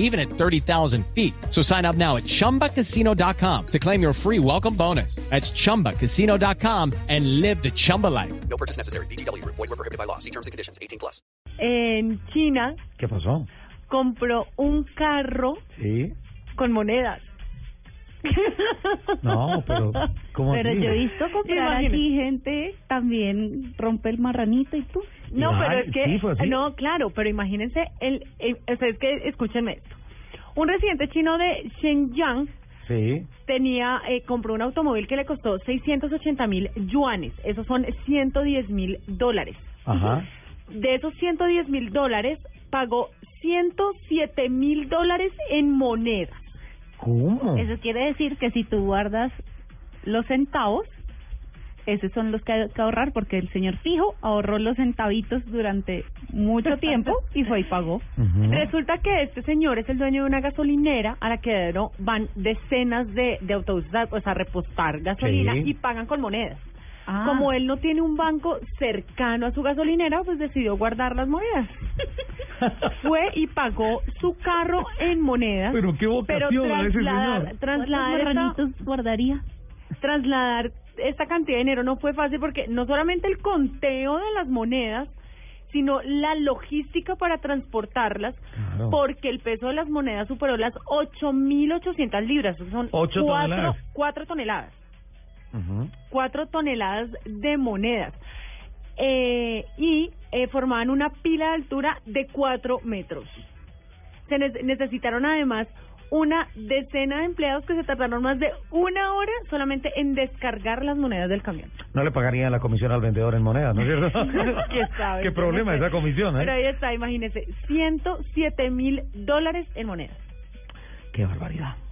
even at 30,000 feet. So sign up now at ChumbaCasino.com to claim your free welcome bonus. That's ChumbaCasino.com and live the Chumba life. No purchase necessary. BGW. Void were prohibited by law. See terms and conditions. 18 plus. en China ¿Qué pasó? compró un carro Sí. con monedas. No, pero ¿cómo Pero así? yo he visto comprar Imagínate. aquí gente también rompe el marranito y tú. No, Ay, pero es que sí, fue así. no, claro, pero imagínense el, el- o sea, es que escúchenme esto. Un residente chino de Shenyang Sí. tenía eh, compró un automóvil que le costó 680 mil yuanes, esos son 110 mil dólares. Ajá. De esos 110 mil dólares pagó 107 mil dólares en monedas. ¿Cómo? Ah. Eso quiere decir que si tú guardas los centavos, esos son los que hay que ahorrar porque el señor fijo ahorró los centavitos durante mucho tiempo y fue y pagó. Ujú. Resulta que este señor es el dueño de una gasolinera a la que de verdad van decenas de, de autobuses a, pues, a repostar gasolina Sí. y pagan con monedas. Ah. Como él no tiene un banco cercano a su gasolinera, pues decidió guardar las monedas. Fue y pagó su carro en monedas. Pero qué vocación pero ese trasladar, señor. trasladar, ¿Cuántos esta- marranitos guardaría? trasladar esta cantidad de dinero no fue fácil porque no solamente el conteo de las monedas, sino la logística para transportarlas, Claro. porque el peso de las monedas superó las 8.800 libras, eso son Ocho cuatro- toneladas. cuatro toneladas Ujú. cuatro toneladas de monedas eh, y eh, formaban una pila de altura de cuatro metros. Se ne- necesitaron además una decena de empleados que se tardaron más de una hora solamente en descargar las monedas del camión. No le pagaría la comisión al vendedor en moneda, ¿no es cierto? ¿Qué sabe? ¿Qué Yo problema no sé. esa comisión, Pero eh? ahí está, imagínese, 107 mil dólares en monedas. Qué barbaridad.